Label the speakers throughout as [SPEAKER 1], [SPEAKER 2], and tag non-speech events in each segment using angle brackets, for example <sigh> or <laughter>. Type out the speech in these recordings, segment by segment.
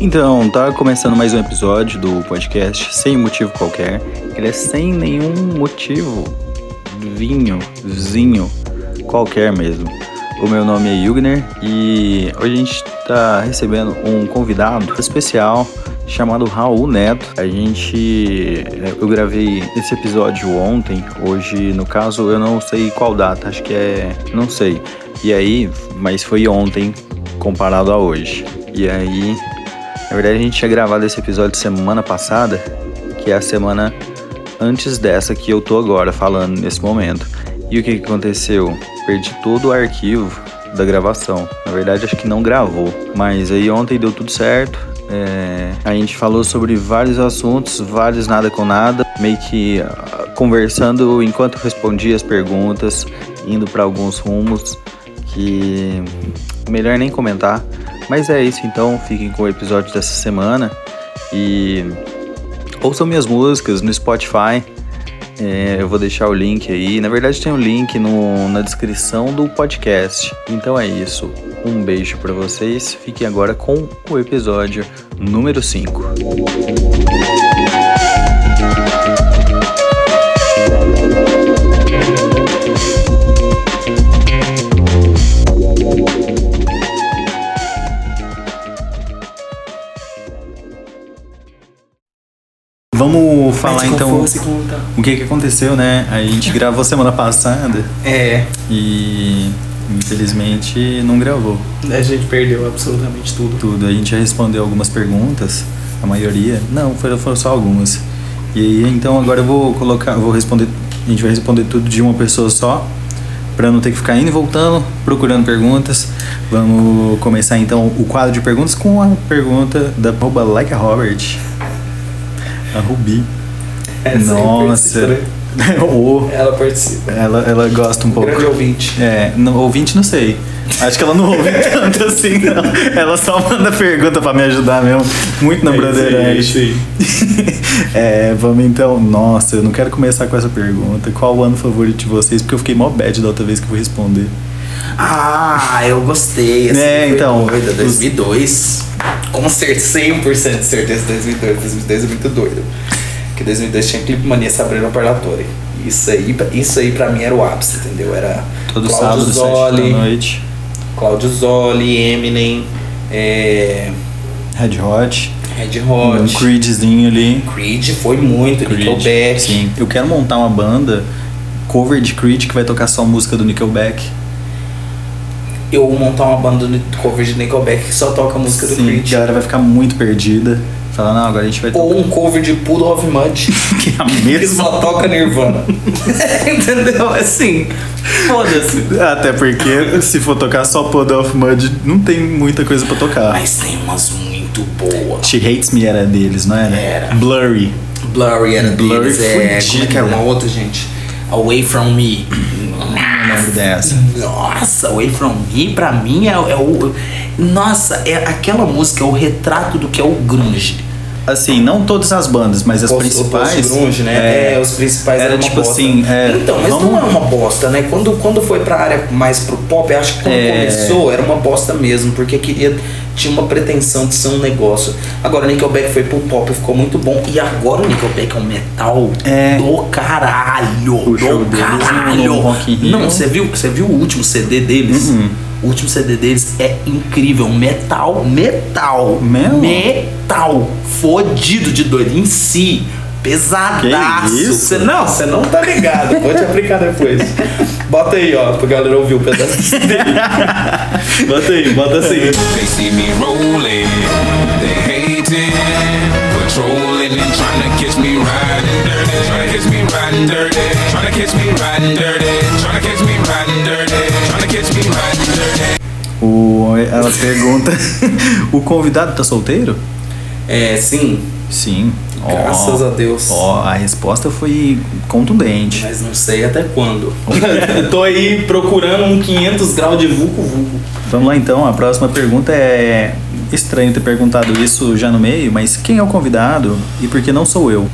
[SPEAKER 1] Então, tá começando mais um episódio do podcast sem motivo qualquer. Ele é sem nenhum motivo. Vinho, zinho, qualquer mesmo. O meu nome é Jugner e hoje a gente tá recebendo um convidado especial chamado Raul Neto. A gente. eh, Eu gravei esse episódio ontem, hoje, no caso, eu não sei qual data, acho que é. Não sei. E aí, mas foi ontem comparado a hoje. E aí, na verdade, a gente tinha gravado esse episódio semana passada, que é a semana antes dessa que eu tô agora falando nesse momento. E o que, que aconteceu? Perdi todo o arquivo da gravação. Na verdade, acho que não gravou. Mas aí ontem deu tudo certo. É, a gente falou sobre vários assuntos, vários nada com nada, meio que ah, conversando enquanto respondia as perguntas, indo para alguns rumos que melhor nem comentar. Mas é isso então, fiquem com o episódio dessa semana e ouçam minhas músicas no Spotify. É, eu vou deixar o link aí. Na verdade, tem um link no- na descrição do podcast. Então é isso. Um beijo pra vocês. Fiquem agora com o episódio número 5. Vamos falar então o que, que aconteceu, né? A gente gravou semana passada
[SPEAKER 2] É,
[SPEAKER 1] e infelizmente não gravou.
[SPEAKER 2] a gente perdeu absolutamente tudo.
[SPEAKER 1] tudo. A gente já respondeu algumas perguntas, a maioria. Não, foram, foram só algumas. E aí, então agora eu vou colocar, vou responder, a gente vai responder tudo de uma pessoa só, para não ter que ficar indo e voltando, procurando perguntas. Vamos começar então o quadro de perguntas com a pergunta da arroba Like a Robert. A Rubi. <laughs>
[SPEAKER 2] Essa aí
[SPEAKER 1] Nossa.
[SPEAKER 2] participa, É né?
[SPEAKER 1] Ô,
[SPEAKER 2] Ela participa.
[SPEAKER 1] ela, ela gosta um pouco.
[SPEAKER 2] Grande ouvinte.
[SPEAKER 1] É, no, ouvinte não sei. Acho que ela não
[SPEAKER 2] <laughs>
[SPEAKER 1] ouve tanto assim, não. Ela só manda pergunta pra me ajudar mesmo. Muito na
[SPEAKER 2] É isso aí, é
[SPEAKER 1] broderagem.
[SPEAKER 2] isso aí.
[SPEAKER 1] É, vamos então. Nossa, eu não quero começar com essa pergunta. Qual o ano favorito de vocês? Porque eu fiquei mó bad da outra vez que eu vou responder.
[SPEAKER 3] Ah, eu gostei. Assim,
[SPEAKER 1] Né,
[SPEAKER 3] foi
[SPEAKER 1] então,
[SPEAKER 3] Doida,
[SPEAKER 1] os-
[SPEAKER 3] 2002. Com cer- 100% de certeza 2002. 2002 é muito doido. Porque 2002 tinha Clipe Mania Sabrina Parlatore. Isso aí, isso aí pra mim era o ápice, entendeu? Era
[SPEAKER 1] Todo
[SPEAKER 3] Cláudio
[SPEAKER 1] sábado, sete
[SPEAKER 3] Zoli,
[SPEAKER 1] da noite.
[SPEAKER 3] Claudio Zoli, Eminem, é,
[SPEAKER 1] Red Hot.
[SPEAKER 3] Red
[SPEAKER 1] Um
[SPEAKER 3] Hot.
[SPEAKER 1] Creedzinho ali.
[SPEAKER 3] Creed foi muito, Nickelback.
[SPEAKER 1] Sim. Eu quero montar uma banda cover de Creed que vai tocar só música do Nickelback.
[SPEAKER 3] Eu montar uma banda de cover de Nickelback que só toca a música do
[SPEAKER 1] Sim, a
[SPEAKER 3] Creed.
[SPEAKER 1] galera vai ficar muito perdida. Falar, não, agora a gente vai
[SPEAKER 3] Ou
[SPEAKER 1] tocar.
[SPEAKER 3] um cover de Poodle
[SPEAKER 1] <laughs>
[SPEAKER 3] of Mud.
[SPEAKER 1] Que é a
[SPEAKER 3] Ele
[SPEAKER 1] mesma
[SPEAKER 3] só
[SPEAKER 1] <laughs>
[SPEAKER 3] toca Nirvana. <laughs> Entendeu? Assim, foda-se.
[SPEAKER 1] Até porque se for tocar só Puddle of Mud, não tem muita coisa pra tocar.
[SPEAKER 3] Mas tem umas muito boas.
[SPEAKER 1] She Hates Me era deles, não era?
[SPEAKER 3] Era.
[SPEAKER 1] Blurry.
[SPEAKER 3] Blurry era
[SPEAKER 1] Blurry né?
[SPEAKER 3] deles, é, como é que
[SPEAKER 1] fudida.
[SPEAKER 3] era uma outra, gente? Away From Me.
[SPEAKER 1] Não lembro dessa.
[SPEAKER 3] Nossa, Away From Me pra mim é, é o... Nossa, é aquela música é o retrato do que é o grunge.
[SPEAKER 1] Assim, não todas as bandas, mas as
[SPEAKER 3] Os-
[SPEAKER 1] principais.
[SPEAKER 3] Os grunge, né? É,
[SPEAKER 1] é,
[SPEAKER 3] os principais
[SPEAKER 1] era
[SPEAKER 3] eram uma
[SPEAKER 1] tipo
[SPEAKER 3] bosta.
[SPEAKER 1] assim, é,
[SPEAKER 3] então, mas
[SPEAKER 1] vamos-
[SPEAKER 3] não é uma bosta, né? Quando, quando foi pra área mais pro pop, eu acho que quando
[SPEAKER 1] É.
[SPEAKER 3] começou era uma bosta mesmo, porque queria. Tinha uma pretensão de ser um negócio. Agora o Nickelback foi pro pop, ficou muito bom. E agora o Nickelback é um metal
[SPEAKER 1] É.
[SPEAKER 3] do caralho.
[SPEAKER 1] O show
[SPEAKER 3] do
[SPEAKER 1] deles no- no
[SPEAKER 3] caralho.
[SPEAKER 1] Rock in Rio.
[SPEAKER 3] Não, você viu, você viu o último CD deles?
[SPEAKER 1] Uhum.
[SPEAKER 3] O último CD deles é incrível. Metal, metal.
[SPEAKER 1] Mesmo?
[SPEAKER 3] Metal. Fodido de doido. Em si. Pesadaço.
[SPEAKER 1] Que isso?
[SPEAKER 3] Cê- não, você não tá ligado. Vou te aplicar depois. Bota aí, ó, pra galera ouvir o pedaço.
[SPEAKER 1] <laughs> Bota aí, bota
[SPEAKER 3] <laughs>
[SPEAKER 1] assim.
[SPEAKER 4] They see me rolling, they hating, patrolling and trying to catch me riding dirty, trying to catch me riding dirty, trying to catch me riding dirty, trying to catch me riding dirty, trying to catch me riding dirty.
[SPEAKER 1] O, <laughs> ela pergunta: O convidado tá solteiro?
[SPEAKER 3] É, sim.
[SPEAKER 1] Sim. Ó,
[SPEAKER 3] Graças a Deus.
[SPEAKER 1] Ó, a resposta foi contundente.
[SPEAKER 3] Mas não sei até
[SPEAKER 1] <laughs>
[SPEAKER 3] quando. Tô aí procurando um 500 graus de vulco vulco.
[SPEAKER 1] Vamos lá então, a próxima pergunta é. Estranho ter perguntado isso já no meio, mas quem é o convidado e por que não sou eu?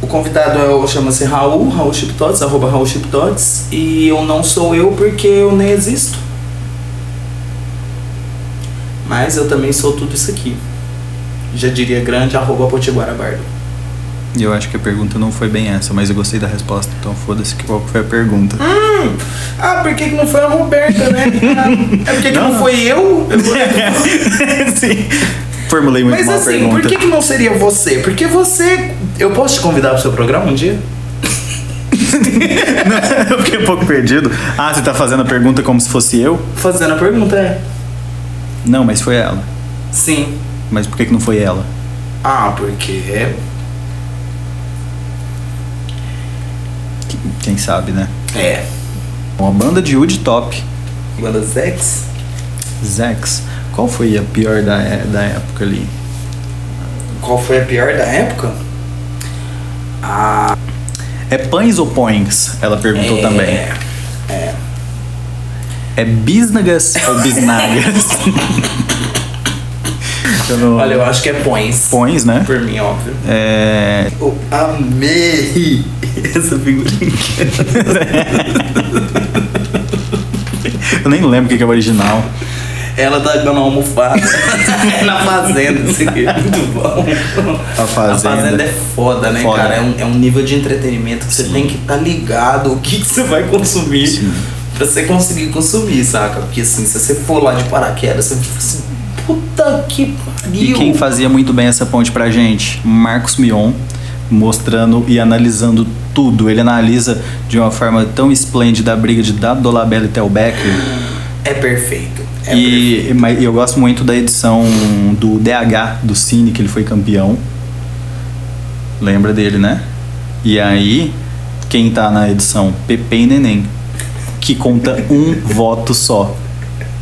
[SPEAKER 3] O convidado é o- chama-se Raul, Raul Chiptotes, arroba Raul Chiptotes. E eu não sou eu porque eu nem existo. Mas eu também sou tudo isso aqui. Já diria grande, arroba Potiguara Bardo.
[SPEAKER 1] E Eu acho que a pergunta não foi bem essa, mas eu gostei da resposta, então foda-se que qual que foi a pergunta.
[SPEAKER 3] Ah, por que, que não foi a Roberta, né? Ah, É porque que não, <laughs> foi eu?
[SPEAKER 1] <laughs> Sim. Formulei muito
[SPEAKER 3] Mas
[SPEAKER 1] mal a
[SPEAKER 3] assim,
[SPEAKER 1] pergunta.
[SPEAKER 3] por que, que não seria você? Porque você. Eu posso te convidar pro seu programa um dia?
[SPEAKER 1] <laughs> Eu fiquei um pouco perdido. Ah, você tá fazendo a pergunta como se fosse eu?
[SPEAKER 3] Fazendo a pergunta é.
[SPEAKER 1] Não, mas foi ela.
[SPEAKER 3] Sim.
[SPEAKER 1] Mas por que, que não foi ela?
[SPEAKER 3] Ah, porque.
[SPEAKER 1] Que- Quem sabe, né?
[SPEAKER 3] É.
[SPEAKER 1] Uma banda de Wood Top,
[SPEAKER 3] Banda Zex?
[SPEAKER 1] Zax. Qual foi a pior da, é- da época ali?
[SPEAKER 3] Qual foi a pior da época?
[SPEAKER 1] É pães ou pões? Ela perguntou também.
[SPEAKER 3] É.
[SPEAKER 1] É bisnagas ou
[SPEAKER 3] <laughs>
[SPEAKER 1] bisnagas? eu não...
[SPEAKER 3] Olha, eu acho que é pões.
[SPEAKER 1] Pões, né?
[SPEAKER 3] Por mim, óbvio.
[SPEAKER 1] É...
[SPEAKER 3] Eu amei <laughs> essa figurinha.
[SPEAKER 1] Eu nem lembro o que que é o original.
[SPEAKER 3] Ela tá dando uma almofada <laughs> na fazenda. Isso aqui é muito bom.
[SPEAKER 1] A Fazenda.
[SPEAKER 3] A fazenda é foda, né,
[SPEAKER 1] Foda.
[SPEAKER 3] cara? É um, é um nível de entretenimento que você tem que estar tá ligado o que, que você vai consumir
[SPEAKER 1] Sim.
[SPEAKER 3] pra você conseguir consumir, saca? Porque assim, se você for lá de paraquedas, você fica assim, puta que
[SPEAKER 1] E
[SPEAKER 3] pariu.
[SPEAKER 1] quem fazia muito bem essa ponte pra gente? Marcos Mion, mostrando e analisando tudo. Ele analisa de uma forma tão esplêndida a briga de Dado Dolabella e Tel Becker.
[SPEAKER 3] É perfeito. É
[SPEAKER 1] e mas eu gosto muito da edição do DH do Cine, que ele foi campeão. Lembra dele, né? E aí, quem tá na edição? Pepe e Neném, que conta
[SPEAKER 3] <laughs>
[SPEAKER 1] um voto só.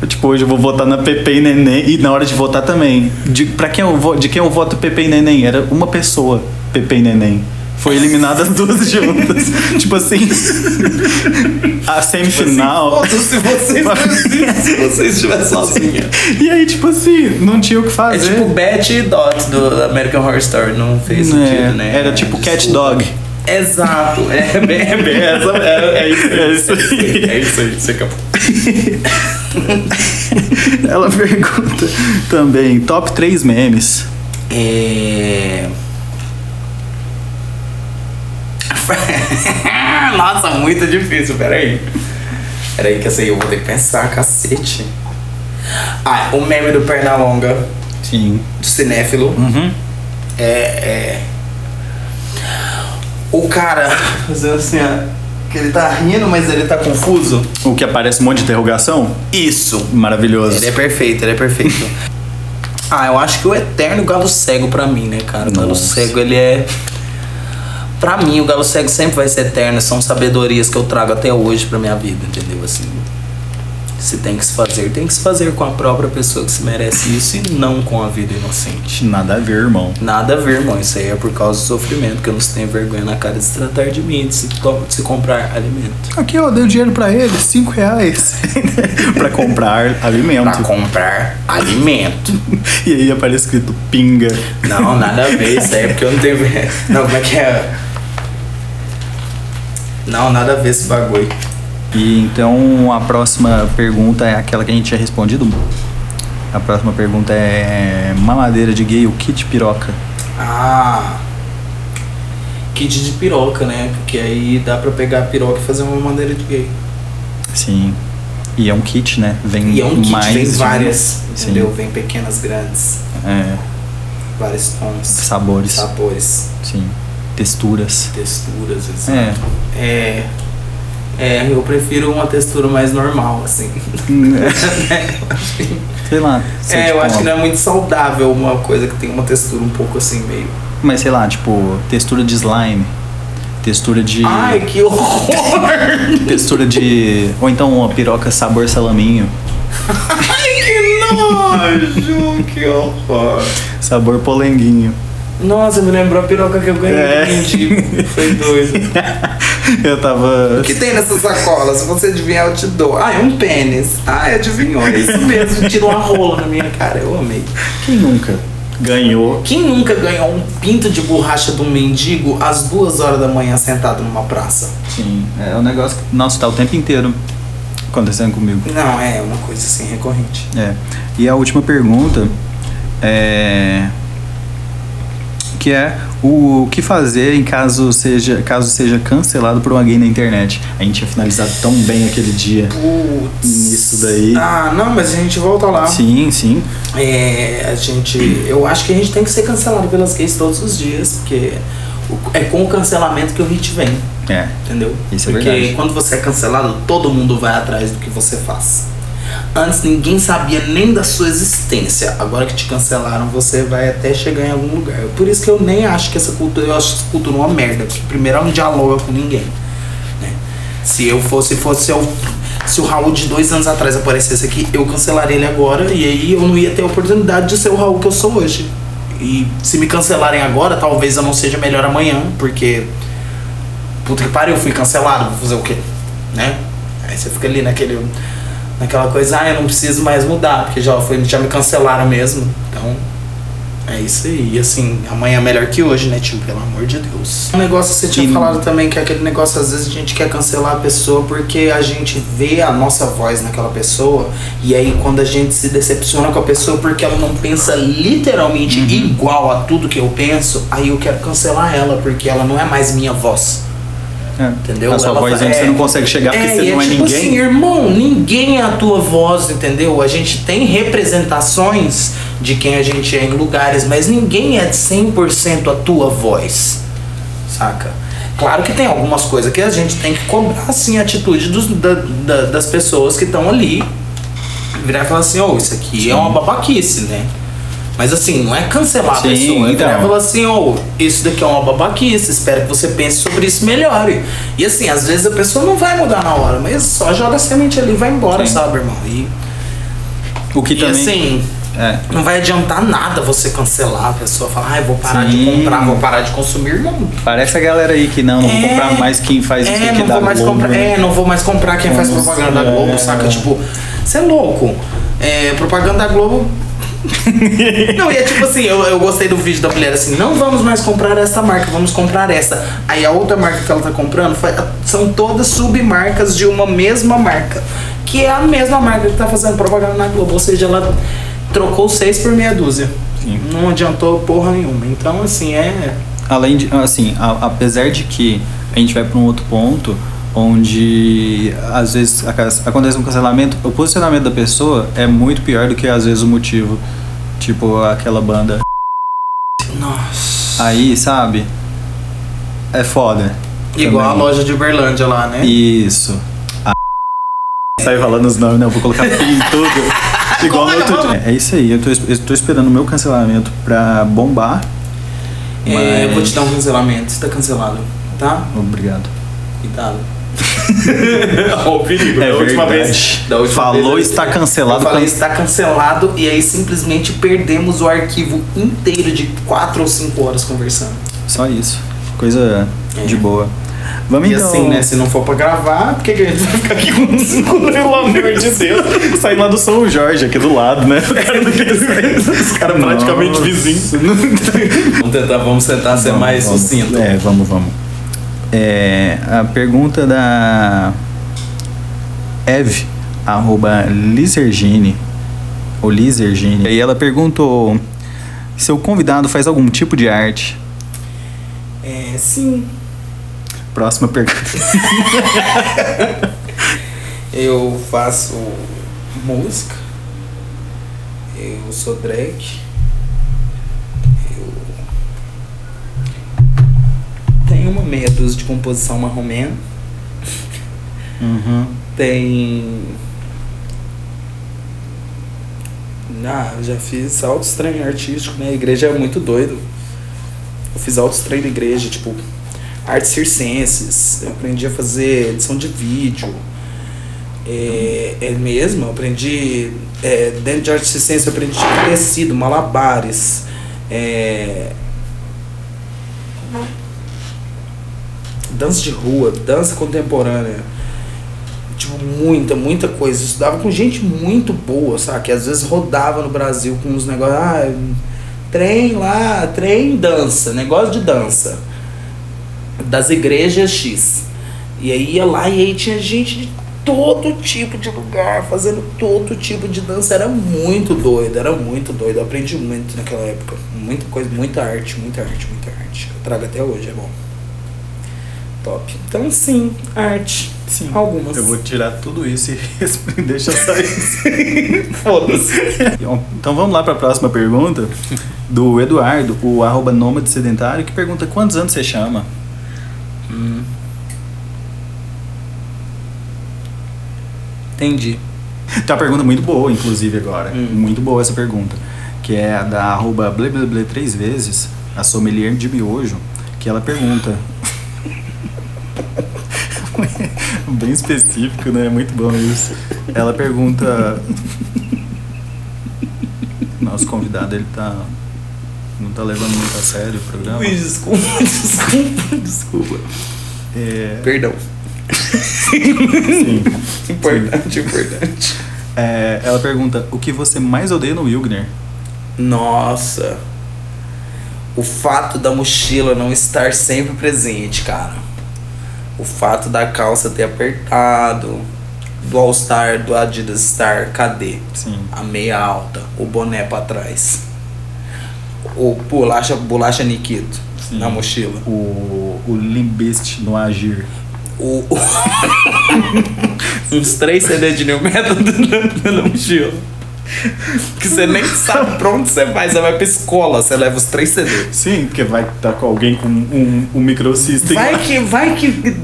[SPEAKER 1] Tipo, hoje eu vou votar na Pepe e Neném e na hora de votar também. De, pra quem eu vo, de quem eu voto Pepe e Neném? Era uma pessoa, Pepe e Neném. Foi eliminada as
[SPEAKER 3] <laughs>
[SPEAKER 1] duas juntas. tipo assim.
[SPEAKER 3] Tipo
[SPEAKER 1] A
[SPEAKER 3] assim,
[SPEAKER 1] semifinal.
[SPEAKER 3] Foda-se se <laughs> vocês, se vocês estivessem sozinha.
[SPEAKER 1] E aí, tipo assim, não tinha o que
[SPEAKER 3] É
[SPEAKER 1] fazer.
[SPEAKER 3] tipo Bat e Dot do American Horror Story, não fez
[SPEAKER 1] Né,
[SPEAKER 3] sentido, né?
[SPEAKER 1] Era tipo cat
[SPEAKER 3] Desculpa.
[SPEAKER 1] dog.
[SPEAKER 3] Exato, é bem, <laughs> é bem essa, é, é isso aí.
[SPEAKER 1] É isso aí.
[SPEAKER 3] É isso aí, você acabou.
[SPEAKER 1] <laughs> Ela pergunta também, top 3 memes.
[SPEAKER 3] É... <laughs> Nossa, muito difícil, peraí. Peraí, que essa aí eu vou ter que pensar, cacete. Ah, o meme do Pernalonga,
[SPEAKER 1] Sim.
[SPEAKER 3] do cinéfilo.
[SPEAKER 1] Uhum.
[SPEAKER 3] É, é. O cara <laughs> fazendo assim, ó. Que ele tá rindo, mas ele tá confuso.
[SPEAKER 1] O que aparece um monte de interrogação?
[SPEAKER 3] Isso.
[SPEAKER 1] Maravilhoso.
[SPEAKER 3] Ele é perfeito, ele é perfeito. <laughs> ah, eu acho que o eterno galo cego pra mim, né, cara? O galo
[SPEAKER 1] Nossa.
[SPEAKER 3] cego, ele é. Pra mim, o galo cego sempre vai ser eterno. São sabedorias que eu trago até hoje pra minha vida, entendeu? Assim. Se tem que se fazer, tem que se fazer com a própria pessoa que se merece isso e não com a vida inocente.
[SPEAKER 1] Nada a ver, irmão.
[SPEAKER 3] Nada a ver, irmão. Isso aí é por causa do sofrimento, que eu não se tenho vergonha na cara de se tratar de mim, de se, to- de se comprar alimento.
[SPEAKER 1] Aqui, ó, deu dinheiro pra ele, 5 reais. <laughs> pra comprar alimento.
[SPEAKER 3] comprar alimento.
[SPEAKER 1] <laughs> E aí aparece escrito pinga.
[SPEAKER 3] <laughs> Não, nada a ver, isso aí é porque eu não tenho. ver- Não, como é que é? Não, nada a ver esse bagulho.
[SPEAKER 1] E então a próxima pergunta é aquela que a gente tinha respondido. A próxima pergunta é mamadeira de gay, o kit piroca.
[SPEAKER 3] Ah. Kit de piroca, né? Porque aí dá pra pegar a piroca e fazer uma maneira de gay.
[SPEAKER 1] Sim. E é um kit, né? Vem
[SPEAKER 3] E é um kit,
[SPEAKER 1] mais
[SPEAKER 3] vem
[SPEAKER 1] de-
[SPEAKER 3] várias,
[SPEAKER 1] Sim.
[SPEAKER 3] entendeu? Vem pequenas, grandes,
[SPEAKER 1] É,
[SPEAKER 3] vários tons,
[SPEAKER 1] sabores,
[SPEAKER 3] sabores,
[SPEAKER 1] sim. Texturas.
[SPEAKER 3] texturas, etc.
[SPEAKER 1] É. <laughs>
[SPEAKER 3] É. É, eu prefiro uma textura mais normal, <laughs> assim.
[SPEAKER 1] sei tipo, lá.
[SPEAKER 3] é, eu acho que não
[SPEAKER 1] não.
[SPEAKER 3] é muito saudável uma coisa que tem uma textura um pouco assim, meio.
[SPEAKER 1] Mas sei lá, tipo, textura de slime. Textura de.
[SPEAKER 3] Ai, que horror!
[SPEAKER 1] Textura de. Ou então uma piroca sabor salaminho.
[SPEAKER 3] Ai, que nojo! Que horror!
[SPEAKER 1] Sabor polenguinho. <laughs>
[SPEAKER 3] Nossa, me lembrou a piroca que eu ganhei.
[SPEAKER 1] É.
[SPEAKER 3] Gente, foi doido. <laughs>
[SPEAKER 1] Eu tava.
[SPEAKER 5] O que tem nessa sacola? Se você adivinhar, eu te dou. Ah, é um pênis. Ah, adivinhou. É isso mesmo.
[SPEAKER 3] Tirou uma rola na minha cara, eu amei.
[SPEAKER 1] Quem nunca ganhou?
[SPEAKER 3] Quem nunca ganhou um pinto de borracha de um mendigo às duas horas da manhã sentado numa praça?
[SPEAKER 1] Sim, é um negócio que, nossa, tá o tempo inteiro acontecendo comigo.
[SPEAKER 3] Não, é uma coisa assim recorrente.
[SPEAKER 1] É. E a última pergunta é que é o que fazer em caso seja caso seja cancelado por um alguém na internet. A gente tinha finalizado tão bem aquele dia.
[SPEAKER 3] Putz.
[SPEAKER 1] Isso daí.
[SPEAKER 3] Ah, não, mas a gente volta lá.
[SPEAKER 1] Sim, sim.
[SPEAKER 3] É, a gente. Eu acho que a gente tem que ser cancelado pelas gays todos os dias, porque o- é com o cancelamento que o hit vem,
[SPEAKER 1] É.
[SPEAKER 3] entendeu?
[SPEAKER 1] Isso é
[SPEAKER 3] porque
[SPEAKER 1] verdade.
[SPEAKER 3] quando você é cancelado, todo mundo vai atrás do que você faz. Antes ninguém sabia nem da sua existência. Agora que te cancelaram, você vai até chegar em algum lugar. Por isso que eu nem acho que essa cultura, eu acho essa cultura uma merda. Porque primeiro ela não dialoga com ninguém. né? Se eu fosse, fosse eu, se o Raul de dois anos atrás aparecesse aqui, eu cancelaria ele agora e aí eu não ia ter a oportunidade de ser o Raul que eu sou hoje. E se me cancelarem agora, talvez eu não seja melhor amanhã, porque puta que pariu, eu fui cancelado, vou fazer o quê? Né? Aí você fica ali naquele naquela coisa, ah, eu não preciso mais mudar, porque já foi, já me cancelaram mesmo. Então, é isso aí. E assim, amanhã é melhor que hoje, né, tio? Pelo amor de Deus. Um negócio que você tinha
[SPEAKER 1] E-
[SPEAKER 3] falado também, que é aquele negócio, às vezes a gente quer cancelar a pessoa porque a gente vê a nossa voz naquela pessoa. E aí quando a gente se decepciona com a pessoa porque ela não pensa literalmente igual a tudo que eu penso, aí eu quero cancelar ela, porque ela não é mais minha voz.
[SPEAKER 1] É.
[SPEAKER 3] Entendeu?
[SPEAKER 1] A sua
[SPEAKER 3] Ela
[SPEAKER 1] voz
[SPEAKER 3] fa-
[SPEAKER 1] onde
[SPEAKER 3] é.
[SPEAKER 1] você não consegue chegar porque
[SPEAKER 3] É,
[SPEAKER 1] você
[SPEAKER 3] e
[SPEAKER 1] não é,
[SPEAKER 3] tipo
[SPEAKER 1] ninguém.
[SPEAKER 3] assim, irmão, ninguém é a tua voz, entendeu? A gente tem representações de quem a gente é em lugares, mas ninguém é 100% a tua voz, saca? Claro que tem algumas coisas que a gente tem que cobrar, assim, a atitude dos, da- da- das pessoas que estão ali. Virar e falar assim, ô, isso aqui é uma babaquice, né? Mas assim, não é cancelar
[SPEAKER 1] Sim,
[SPEAKER 3] a pessoa.
[SPEAKER 1] então.
[SPEAKER 3] Então. Virar e falar assim, ô, isso daqui é uma babaquice, espero que você pense sobre isso e melhore. E assim, às vezes a pessoa não vai mudar na hora, mas só joga a semente ali e vai embora,
[SPEAKER 1] Sim.
[SPEAKER 3] sabe, irmão? E,
[SPEAKER 1] O que
[SPEAKER 3] e,
[SPEAKER 1] também.
[SPEAKER 3] assim,
[SPEAKER 1] É.
[SPEAKER 3] não vai adiantar nada você cancelar a pessoa, falar, ai, vou parar
[SPEAKER 1] Sim.
[SPEAKER 3] de comprar, vou parar de consumir, não.
[SPEAKER 1] Parece a galera aí que não, não vou
[SPEAKER 3] É.
[SPEAKER 1] comprar mais quem faz isso
[SPEAKER 3] É,
[SPEAKER 1] aqui
[SPEAKER 3] não
[SPEAKER 1] da
[SPEAKER 3] vou mais
[SPEAKER 1] Globo,
[SPEAKER 3] comprar.
[SPEAKER 1] né?
[SPEAKER 3] É, não vou mais comprar quem faz
[SPEAKER 1] Nossa,
[SPEAKER 3] propaganda da Globo,
[SPEAKER 1] é.
[SPEAKER 3] saca? Tipo, você é louco. É, propaganda da
[SPEAKER 1] <laughs>
[SPEAKER 3] Globo. não, e é tipo assim, eu, eu gostei do vídeo da mulher assim, não vamos mais comprar essa marca, vamos comprar essa. Aí a outra marca que ela tá comprando fa- são todas submarcas de uma mesma marca. Que é a mesma marca que tá fazendo propaganda na Globo. Ou seja, ela trocou seis por meia dúzia.
[SPEAKER 1] Sim.
[SPEAKER 3] Não adiantou porra nenhuma. Então, assim, é.
[SPEAKER 1] além de assim a- apesar de que a gente vai para um outro ponto onde às vezes aca- acontece um cancelamento o posicionamento da pessoa é muito pior do que às vezes o motivo tipo aquela banda
[SPEAKER 3] Nossa.
[SPEAKER 1] aí sabe é foda
[SPEAKER 3] Igual a
[SPEAKER 1] Também.
[SPEAKER 3] loja de Uberlândia lá, né?
[SPEAKER 1] isso a... <laughs> sai falando os nomes não vou colocar <laughs> pi em tudo igual no outro dia. é isso aí eu tô, es- eu tô esperando o meu cancelamento pra bombar
[SPEAKER 3] É, eu vou
[SPEAKER 1] mas-
[SPEAKER 3] te dar um cancelamento. Você tá cancelado, tá?
[SPEAKER 1] obrigado
[SPEAKER 3] <laughs> Cuidado.
[SPEAKER 6] Ô, perigo,
[SPEAKER 1] É verdade.
[SPEAKER 3] da última
[SPEAKER 1] Falou
[SPEAKER 3] vez-
[SPEAKER 1] está
[SPEAKER 3] Eu
[SPEAKER 1] cancelado.
[SPEAKER 3] falei,
[SPEAKER 1] can-
[SPEAKER 3] está cancelado, e aí simplesmente perdemos o arquivo inteiro de 4 ou 5 horas conversando.
[SPEAKER 1] Só isso. Coisa
[SPEAKER 3] É.
[SPEAKER 1] de boa. Vamos
[SPEAKER 3] E
[SPEAKER 1] então.
[SPEAKER 3] assim, né? Se não for pra gravar, por que que a gente vai ficar aqui com 5
[SPEAKER 1] <laughs> Pelo amor de Deus. Saí lá do São Jorge, aqui do lado, né? Os caras praticamente vizinhos.
[SPEAKER 6] Vamos tentar, vamos tentar ser mais sucinto.
[SPEAKER 1] É, vamos, vamos. É, a pergunta da Eve, arroba Lizergine, ou Lizergine, e ela perguntou: seu convidado faz algum tipo de arte?
[SPEAKER 3] É, sim.
[SPEAKER 1] Próxima pergunta.
[SPEAKER 3] Eu faço música. Eu sou drag. Eu tenho uma meia dúzia de composição marromena.
[SPEAKER 1] Uhum.
[SPEAKER 3] Tem. Ah, eu já fiz altos treinos artísticos, né? A igreja é muito doido. Eu fiz altos treinos na igreja, tipo, artes circenses. Eu aprendi a fazer edição de vídeo. É, é mesmo, eu aprendi. é, dentro de arte circense eu aprendi tipo, tecido, malabares. É, Dança de rua, dança contemporânea. Tipo, muita, muita coisa. Eu estudava com gente muito boa, sabe? Que às vezes rodava no Brasil com uns negócios. Ah, trem lá, trem dança, negócio de dança. Das igrejas X. E aí ia lá e aí tinha gente de todo tipo de lugar, fazendo todo tipo de dança. Era muito doido, era muito doido. Eu aprendi muito naquela época. Muita coisa, muita arte, muita arte, muita arte. Eu trago até hoje, é bom. Top. Então sim, arte.
[SPEAKER 7] Sim.
[SPEAKER 3] Algumas.
[SPEAKER 7] Eu vou tirar tudo isso
[SPEAKER 1] <laughs>
[SPEAKER 7] e deixa só isso.
[SPEAKER 3] Foda-se.
[SPEAKER 1] Bom, Então vamos lá para a próxima pergunta do Eduardo, o arroba nômade sedentário, que pergunta quantos anos você chama?
[SPEAKER 6] Entendi.
[SPEAKER 1] Tem uma pergunta muito boa, inclusive, agora. Muito boa essa pergunta. Que é a da arroba bleble três vezes, a sommelier de miojo, que ela pergunta. <laughs> Bem específico, né? Muito bom isso. Ela pergunta. Nosso convidado, ele tá. Não tá levando muito a sério o programa.
[SPEAKER 3] Luiz, desculpa, desculpa, desculpa.
[SPEAKER 1] É,
[SPEAKER 5] Perdão.
[SPEAKER 1] sim.
[SPEAKER 5] Importante, importante.
[SPEAKER 1] É, ela pergunta: o que você mais odeia no Wilgner?
[SPEAKER 3] Nossa. O fato da mochila não estar sempre presente, cara. O fato da calça ter apertado. Do All Star, do Adidas Star, cadê?
[SPEAKER 1] Sim.
[SPEAKER 3] A meia alta, o boné pra trás. O bolacha, bolacha Nikito
[SPEAKER 1] Sim.
[SPEAKER 3] na mochila.
[SPEAKER 1] O, o Limbist no Agir.
[SPEAKER 3] O, o- <laughs> Uns três CDs de New Metal na- na mochila. Que você nem sabe pra onde você vai. Você vai pra escola, você leva os três CDs.
[SPEAKER 1] Sim, porque vai estar com alguém com um, um microsystem.
[SPEAKER 3] Vai que, vai que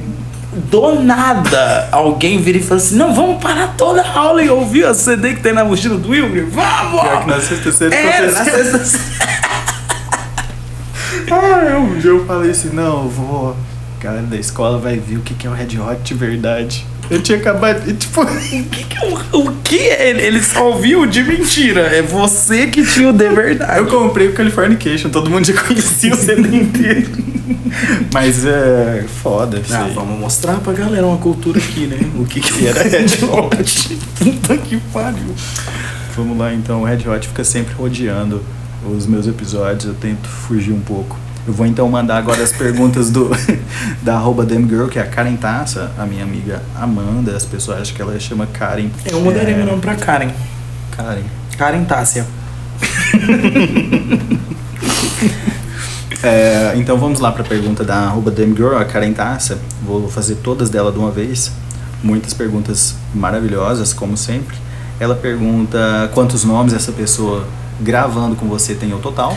[SPEAKER 3] do nada alguém vira e fala assim: não, vamos parar toda a aula e ouvir a CD que tem na mochila do Wilmer? Vamos!
[SPEAKER 1] Pior que na sexta-feira
[SPEAKER 3] é,
[SPEAKER 1] aconteceu.
[SPEAKER 3] na sexta-
[SPEAKER 1] <laughs> Ah, um dia eu falei assim, não, eu vou. A galera da escola vai ver o que que é o Red Hot de verdade. Eu tinha acabado. e, tipo, <laughs>
[SPEAKER 3] O que que é o- O que é? Ele, ele só ouviu de mentira. É você que tinha o de verdade.
[SPEAKER 1] eu comprei o Californication, todo mundo já conhecia o CD inteiro. Mas é foda isso
[SPEAKER 3] Ah,
[SPEAKER 1] aí.
[SPEAKER 3] vamos mostrar pra galera uma cultura aqui, né? O que que
[SPEAKER 1] E <laughs> era Red Hot.
[SPEAKER 3] Puta que pariu.
[SPEAKER 1] Vamos lá então, o Red Hot fica sempre rodeando os meus episódios, eu tento fugir um pouco. Eu vou então mandar agora as perguntas do <laughs> da arroba Girl, que é a Karen Taça, a minha amiga Amanda, as pessoas acham que ela chama Karen.
[SPEAKER 3] Eu mudaria
[SPEAKER 1] É,
[SPEAKER 3] meu nome pra Karen.
[SPEAKER 1] Karen.
[SPEAKER 3] Karen Tássia.
[SPEAKER 1] É, então vamos lá para a pergunta da arroba Girl, a Karen Taça. Vou fazer todas dela de uma vez. Muitas perguntas maravilhosas, como sempre. Ela pergunta quantos nomes essa pessoa gravando com você tem ao total.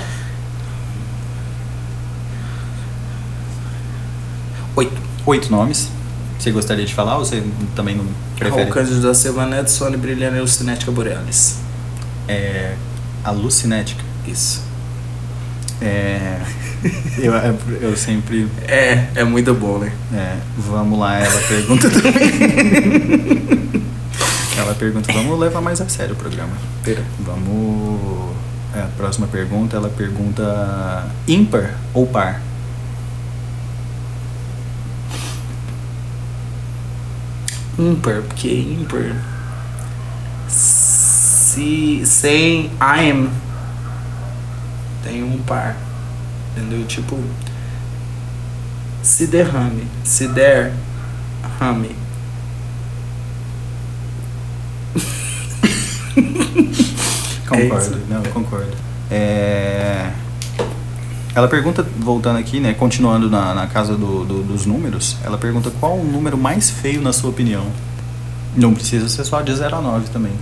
[SPEAKER 3] Oito.
[SPEAKER 1] Oito nomes. Você gostaria de falar ou você também não prefere?
[SPEAKER 3] O Cândido da Silva Neto, Sônia Brilhante e Lucinética Borealis.
[SPEAKER 1] É, alucinética.
[SPEAKER 3] Isso.
[SPEAKER 1] É, eu, eu sempre
[SPEAKER 3] É, é muito bom, né?
[SPEAKER 1] É, vamos lá, ela pergunta também. ela pergunta, vamos levar mais a sério o programa. Vamos. É, a próxima pergunta, ela pergunta ímpar ou par?
[SPEAKER 3] Ímpar, porque ímpar. Se, sem I'm, tem um par. Entendeu? Tipo. Se derrame. Se der, rame.
[SPEAKER 1] Concordo,
[SPEAKER 3] isso.
[SPEAKER 1] não, eu concordo. É, Ela pergunta, voltando aqui, né? Continuando na, na casa do- do- dos números, ela pergunta qual o número mais feio na sua opinião. Não precisa ser só de 0 a 9 também.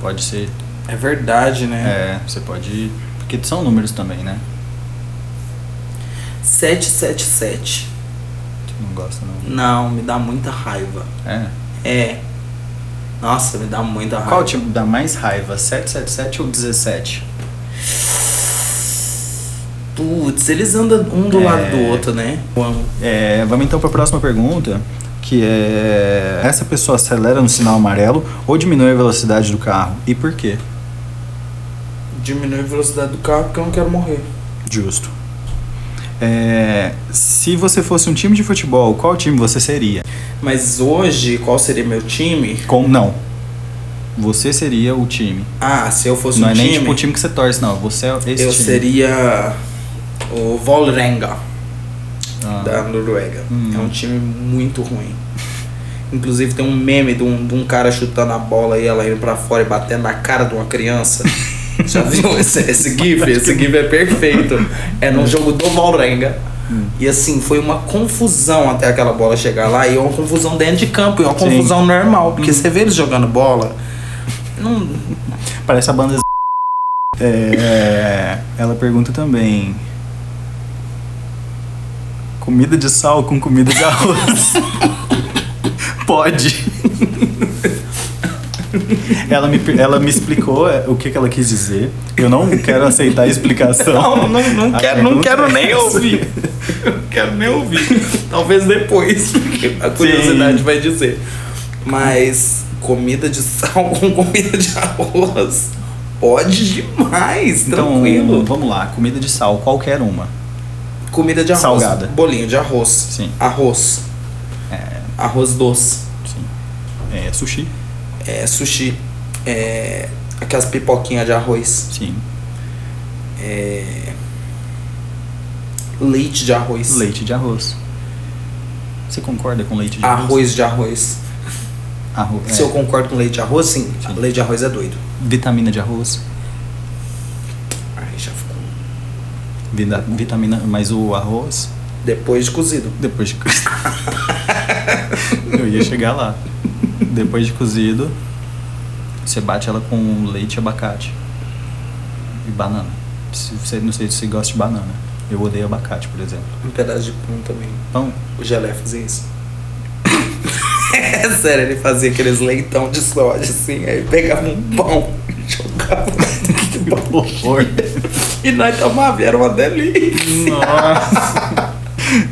[SPEAKER 1] Pode ser
[SPEAKER 3] É verdade, né?
[SPEAKER 1] É, você pode. Porque são números também, né? É.
[SPEAKER 3] 777.
[SPEAKER 1] Tu não gosta, não.
[SPEAKER 3] Não, me dá muita raiva.
[SPEAKER 1] É.
[SPEAKER 3] É. Nossa, me dá muita raiva.
[SPEAKER 1] Qual te dá mais raiva? 777 ou 17?
[SPEAKER 3] Putz, eles andam um do
[SPEAKER 1] É.
[SPEAKER 3] lado do outro, né? Eu amo.
[SPEAKER 1] É, vamos então para a próxima pergunta, que é: Essa pessoa acelera no sinal amarelo ou diminui a velocidade do carro? E por quê?
[SPEAKER 3] Diminui a velocidade do carro porque eu não quero morrer.
[SPEAKER 1] Justo. É, se você fosse um time de futebol, qual time você seria?
[SPEAKER 3] Mas hoje, qual seria meu time?
[SPEAKER 1] Com, não. Você seria o time.
[SPEAKER 3] Ah, se eu fosse
[SPEAKER 1] não
[SPEAKER 3] um
[SPEAKER 1] é
[SPEAKER 3] time,
[SPEAKER 1] nem tipo o time que você torce, não. Você é esse
[SPEAKER 3] eu
[SPEAKER 1] time.
[SPEAKER 3] seria o Volrenga
[SPEAKER 1] Ah.
[SPEAKER 3] da Noruega. É um time muito ruim. Inclusive tem um meme de um, de um cara chutando a bola e ela indo pra fora e batendo na cara de uma criança. Já viu esse, esse gif? Esse gif é perfeito. É num jogo do Volrenga. E assim, foi uma confusão até aquela bola chegar lá. E é uma confusão dentro de campo, e é uma
[SPEAKER 1] Sim.
[SPEAKER 3] confusão normal. Porque você vê eles jogando bola. Não,
[SPEAKER 1] Parece a banda. Z- É, ela pergunta também. Comida de sal com comida de arroz. <laughs> Pode. Ela me, ela me explicou é, o que, que ela quis dizer. Eu não quero aceitar a explicação.
[SPEAKER 3] Não, não, não
[SPEAKER 1] A
[SPEAKER 3] quero, não
[SPEAKER 1] pergunta
[SPEAKER 3] quero nem
[SPEAKER 1] é essa.
[SPEAKER 3] ouvir. Não quero nem ouvir. <laughs> Talvez depois, <laughs> porque a curiosidade vai dizer. Mas comida de sal <laughs> com comida de arroz pode demais,
[SPEAKER 1] Então,
[SPEAKER 3] tranquilo.
[SPEAKER 1] vamos lá. Comida de sal, qualquer uma.
[SPEAKER 3] Comida de arroz,
[SPEAKER 1] Salgada.
[SPEAKER 3] bolinho de arroz,
[SPEAKER 1] Sim. É.
[SPEAKER 3] arroz, arroz doce,
[SPEAKER 1] Sim. É, sushi.
[SPEAKER 3] é, sushi, é, aquelas pipoquinhas de arroz, é,
[SPEAKER 1] Sim.
[SPEAKER 3] leite de arroz,
[SPEAKER 1] Leite de arroz. Você concorda com leite de arroz?
[SPEAKER 3] arroz de arroz.
[SPEAKER 1] Arroz. é.
[SPEAKER 3] Se eu concordo com leite de arroz, sim. Leite de arroz é doido.
[SPEAKER 1] Vitamina de arroz.
[SPEAKER 3] Aí já ficou.
[SPEAKER 1] Vida- Vitamina, mas o arroz,
[SPEAKER 3] Depois de cozido.
[SPEAKER 1] depois de cozido. Eu ia chegar lá. Depois de cozido, você bate ela com leite e abacate. E banana. Se você, não sei se você gosta de banana. Eu odeio abacate, por exemplo.
[SPEAKER 3] Um pedaço de pão também.
[SPEAKER 1] Pão,
[SPEAKER 3] O Gelé fazia isso. É <laughs> sério, ele fazia aqueles leitão de soja assim, aí pegava um pão <laughs> e jogava dentro do pão.
[SPEAKER 1] horror.
[SPEAKER 3] E nós tomava, e era uma delícia.
[SPEAKER 1] Nossa. <laughs>